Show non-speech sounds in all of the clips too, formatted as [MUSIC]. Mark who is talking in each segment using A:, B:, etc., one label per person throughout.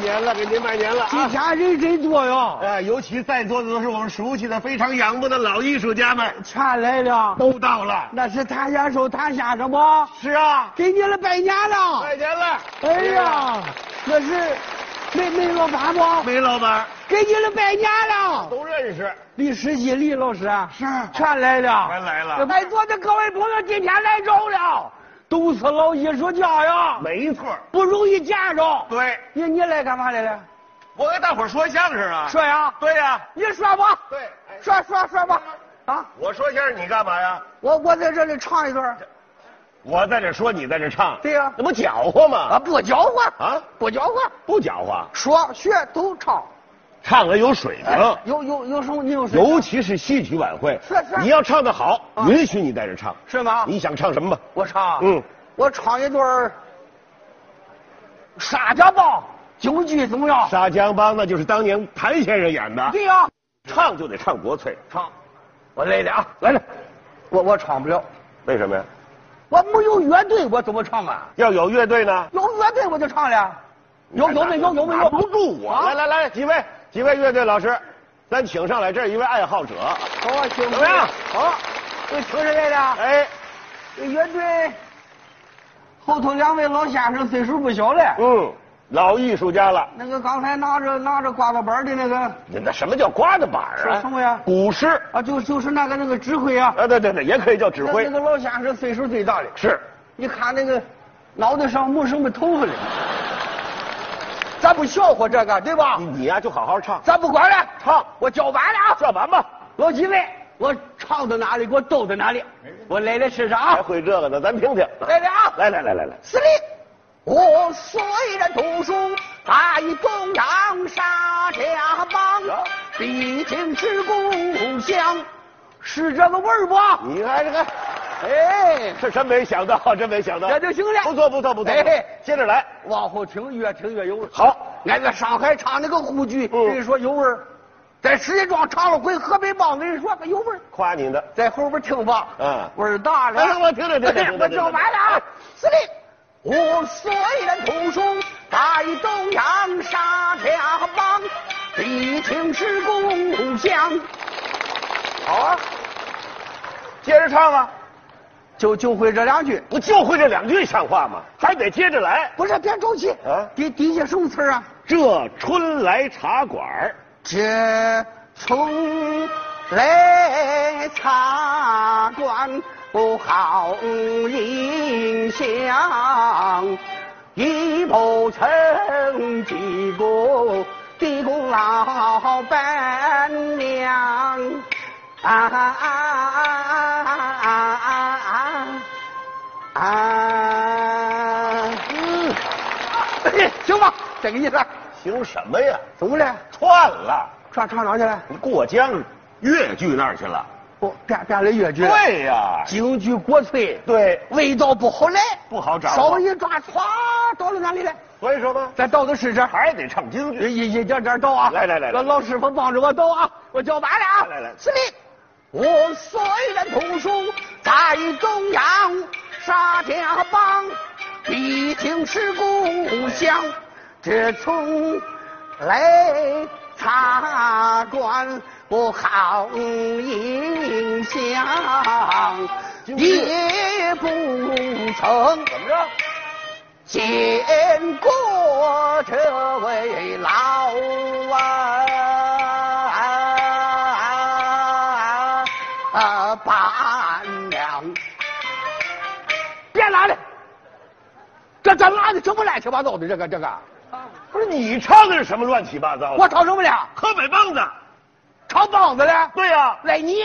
A: 年了，给您拜年了
B: 这
A: 啊！
B: 家人真多哟，
A: 哎，尤其在座的都是我们熟悉的、非常仰慕的老艺术家们，
B: 全来了，
A: 都到了。
B: 那是谭先生、谭先生吗？
A: 是啊，
B: 给你了拜年了。
A: 拜年了！
B: 哎呀，那是梅梅老板吗？
A: 梅老板
B: 给你了拜年了。
A: 都认识，
B: 李书记、李老师
A: 是
B: 全来了，
A: 全来了
B: 在座的各位朋友今天来着了，都是老艺术家呀，
A: 没错儿。
B: 不容易见着。
A: 对，
B: 你你来干嘛来了？
A: 我给大伙儿说相声啊。
B: 说呀，
A: 对呀、
B: 你说吧，
A: 对，哎
B: 说说说吧。啊，
A: 我说相声你干嘛呀？
B: 我我在这里唱一段儿。
A: 我在这说，你在这唱，
B: 对呀、
A: 那不搅和
B: 啊，
A: 吗？
B: 不搅和，
A: 啊，
B: 不搅和，
A: 不搅和，
B: 说学都唱，
A: 唱的有水平。
B: 有有有什么你有什
A: 尤其是戏曲晚会，
B: 哎是是
A: 你要唱得好，
B: 啊
A: 允许你在这唱。
B: 是吗？
A: 你想唱什么吧？
B: 我唱，
A: 嗯，
B: 我唱一段儿沙家浜京剧怎么样？
A: 沙江帮那就是当年谭先生演的，
B: 对呀、
A: 唱就得唱国粹。
B: 唱，我累了啊，
A: 来来，
B: 我我唱不了，
A: 为什么呀？
B: 我没有乐队我怎么唱啊？
A: 要有乐队呢？
B: 有乐队我就唱了，有有没有啊有没有？
A: 拿不住我。来来来，几位几位乐队老师，咱请上来，这是一位爱好者。
B: 好啊，请
A: 怎么样
B: 好，我请谁来了？
A: 哎，
B: 乐队后头两位老先生岁数不小了。
A: 嗯，老艺术家了。
B: 那个刚才拿着拿着刮子板的那个
A: 你那什么叫刮的板儿
B: 说
A: 啊？
B: 什么呀
A: 古诗。
B: 啊，就就是那个那个指挥啊，
A: 啊，对对对，也可以叫指
B: 那
A: 挥
B: 那。个老先生岁数最大的，
A: 是，
B: 你看那个脑袋上没什么头发了，咱不笑话这个对吧
A: 你？你呀就好好唱，
B: 咱不管了，
A: 唱
B: 我叫完了啊，
A: 叫完吧。
B: 老几位，我唱到哪里给我逗到哪里，我来来试试
A: 还
B: 啊，
A: 会这个呢，咱听听。
B: 来来啊，
A: 来来来来来，
B: 司令，我虽然读书在东洋沙家浜，毕竟是故乡，是这个味儿不？
A: 你看这个，
B: 哎，
A: 这真没想到，真没想到。
B: 这就行了
A: 不错不错不错，
B: 哎
A: 接着来。
B: 往后听越听越有味儿。
A: 好，
B: 俺个上海唱那个沪剧，
A: 嗯
B: 跟你说有味儿，在石家庄唱了回河北梆，跟你说个有味儿。
A: 夸你呢。
B: 在后边听吧，
A: 嗯
B: 味儿大了。
A: 哎我听着听着听着
B: 我就完了啊，司令。我虽然土生在东洋沙家浜，毕竟是故乡。好啊，
A: 接着唱啊！
B: 就就会这两句。
A: 不就会这两句像话吗？还得接着来。
B: 不是，别着急
A: 啊
B: 底底下什么词儿啊？
A: 这春来茶馆儿
B: 这从来茶馆不好印象，已不曾记过地宫老伴娘。啊啊啊啊啊啊！嗯，行吧，这个意思。
A: [LAUGHS] 行什么呀？
B: 怎么了？
A: 串了，
B: 上唱哪去了？
A: 你过江越剧那儿去了。
B: 我变变了越剧，，
A: 对呀，
B: 京剧国粹，
A: 对，
B: 味道不好来，
A: 不好掌握
B: 稍微一抓，歘，倒到哪里来？
A: 所以说吧，哎
B: 再倒到试试，
A: 还得唱京剧。
B: 一一点点倒啊！
A: 来来来
B: 老
A: 来
B: 老师傅帮着我倒啊！我叫完了啊！
A: 来来来
B: 司令，我虽然读书在中央沙家浜，毕竟是故乡，这从来茶馆不好影响，
A: 京剧
B: 也不曾。
A: 怎么着？
B: 见过这位老啊啊伴娘，别拉了，这这拉的什么乱七八糟的？这个这个，
A: 不是你唱的是什么乱七八糟的？
B: 我吵什么了？
A: 河北梆子。
B: 唱梆子了？
A: 对呀、
B: 赖你，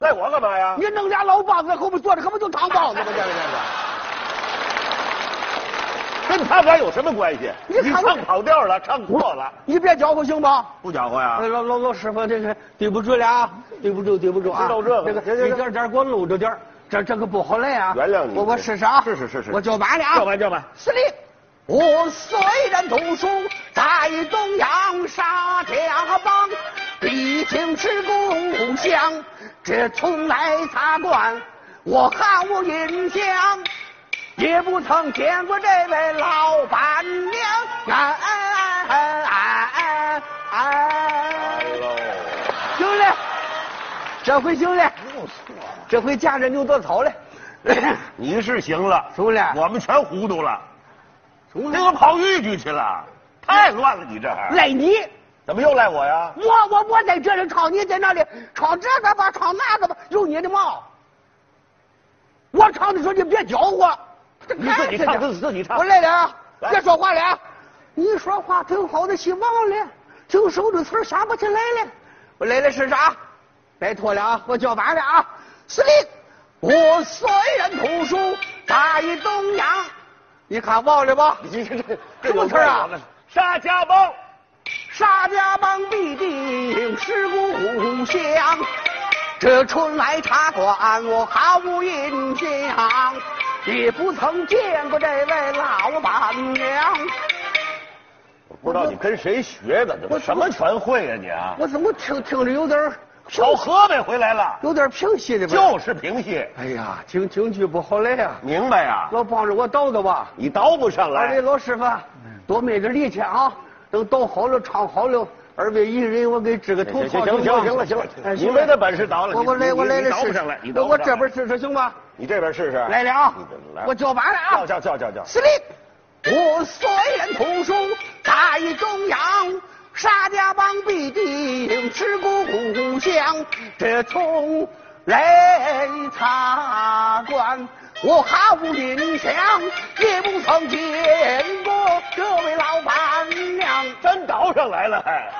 A: 赖我干嘛呀？
B: 你弄俩老梆子在后边坐着，可不就唱梆子吗？这个这个。
A: [LAUGHS] 跟他俩有什么关系？
B: 你
A: 你
B: 看
A: 唱跑调了，唱错了，
B: 你别搅和行吗？
A: 不搅和呀
B: 哎老老老师傅，这个对不住了啊，对不住，对不住啊。
A: 知道这个
B: 个
A: 行行行
B: 一点点给我搂着点儿这这个不好来啊。
A: 原谅你
B: 我我试试啊。
A: 是是是是
B: 我叫板了啊。
A: 叫板叫板
B: 司令，我虽然读书在东洋沙家浜，毕竟是故乡，这从来茶馆我毫无印象。也不曾见过这位老板娘，哎哎哎哎这回兄弟，这回架着牛多草了。
A: 你是行了，
B: [COUGHS] 兄弟
A: 我们全糊涂了，
B: 兄
A: 那个跑豫剧去了，太乱了，你这还
B: 赖你，
A: 怎么又赖我呀？
B: 我我我在这里吵，你在那里吵这个吧，吵那个吧，有你的毛。我吵的时候你别搅和，
A: 你自己唱，自自己唱
B: 我。来了啊，
A: 来
B: 别说话了啊！你说话挺好的，希望了，挺熟的词儿想不起来了。我来了是啥？拜托了啊，我叫完了啊！司令，我虽然投书大义东洋，你看忘了吧？
A: 你这这
B: 什么词儿啊？
A: 沙家浜，
B: 沙家浜必定是故乡，这春来茶馆我毫无印象，也不曾见过这位老板娘。
A: 我不知道你跟谁学的，怎么
B: 我
A: 什么全会呀你啊？
B: 我怎么听听着有点儿平
A: 到河北回来了，
B: 有点儿平息的味儿？
A: 就是平戏，
B: 哎呀，京京剧不好来呀、
A: 明白呀？
B: 老帮着我倒倒吧。
A: 你倒不上
B: 二位
A: 来，嗯
B: 老师傅，啊多卖点力气啊！等倒好了，唱好了，二位一人我给支个头
A: 行
B: 套
A: 行行
B: 吧
A: 行了行了
B: 哎，
A: 你没那本事倒了，
B: 我
A: 你
B: 我来
A: 你
B: 我
A: 你
B: 来
A: 你
B: 了
A: 倒
B: 试
A: 不
B: 试
A: 上来，你，
B: 我
A: 倒
B: 我
A: 不上
B: 这
A: 来
B: 边试试行吗？
A: 你这边试试，
B: 来了啊
A: 你这！来
B: 我叫完了
A: 叫
B: 啊！
A: 叫叫叫叫，
B: 司令，我虽然同属在中央，沙家浜必定是故乡。这从来茶馆，我毫无印象，也不曾见过这位老板娘。
A: 真倒上来了还。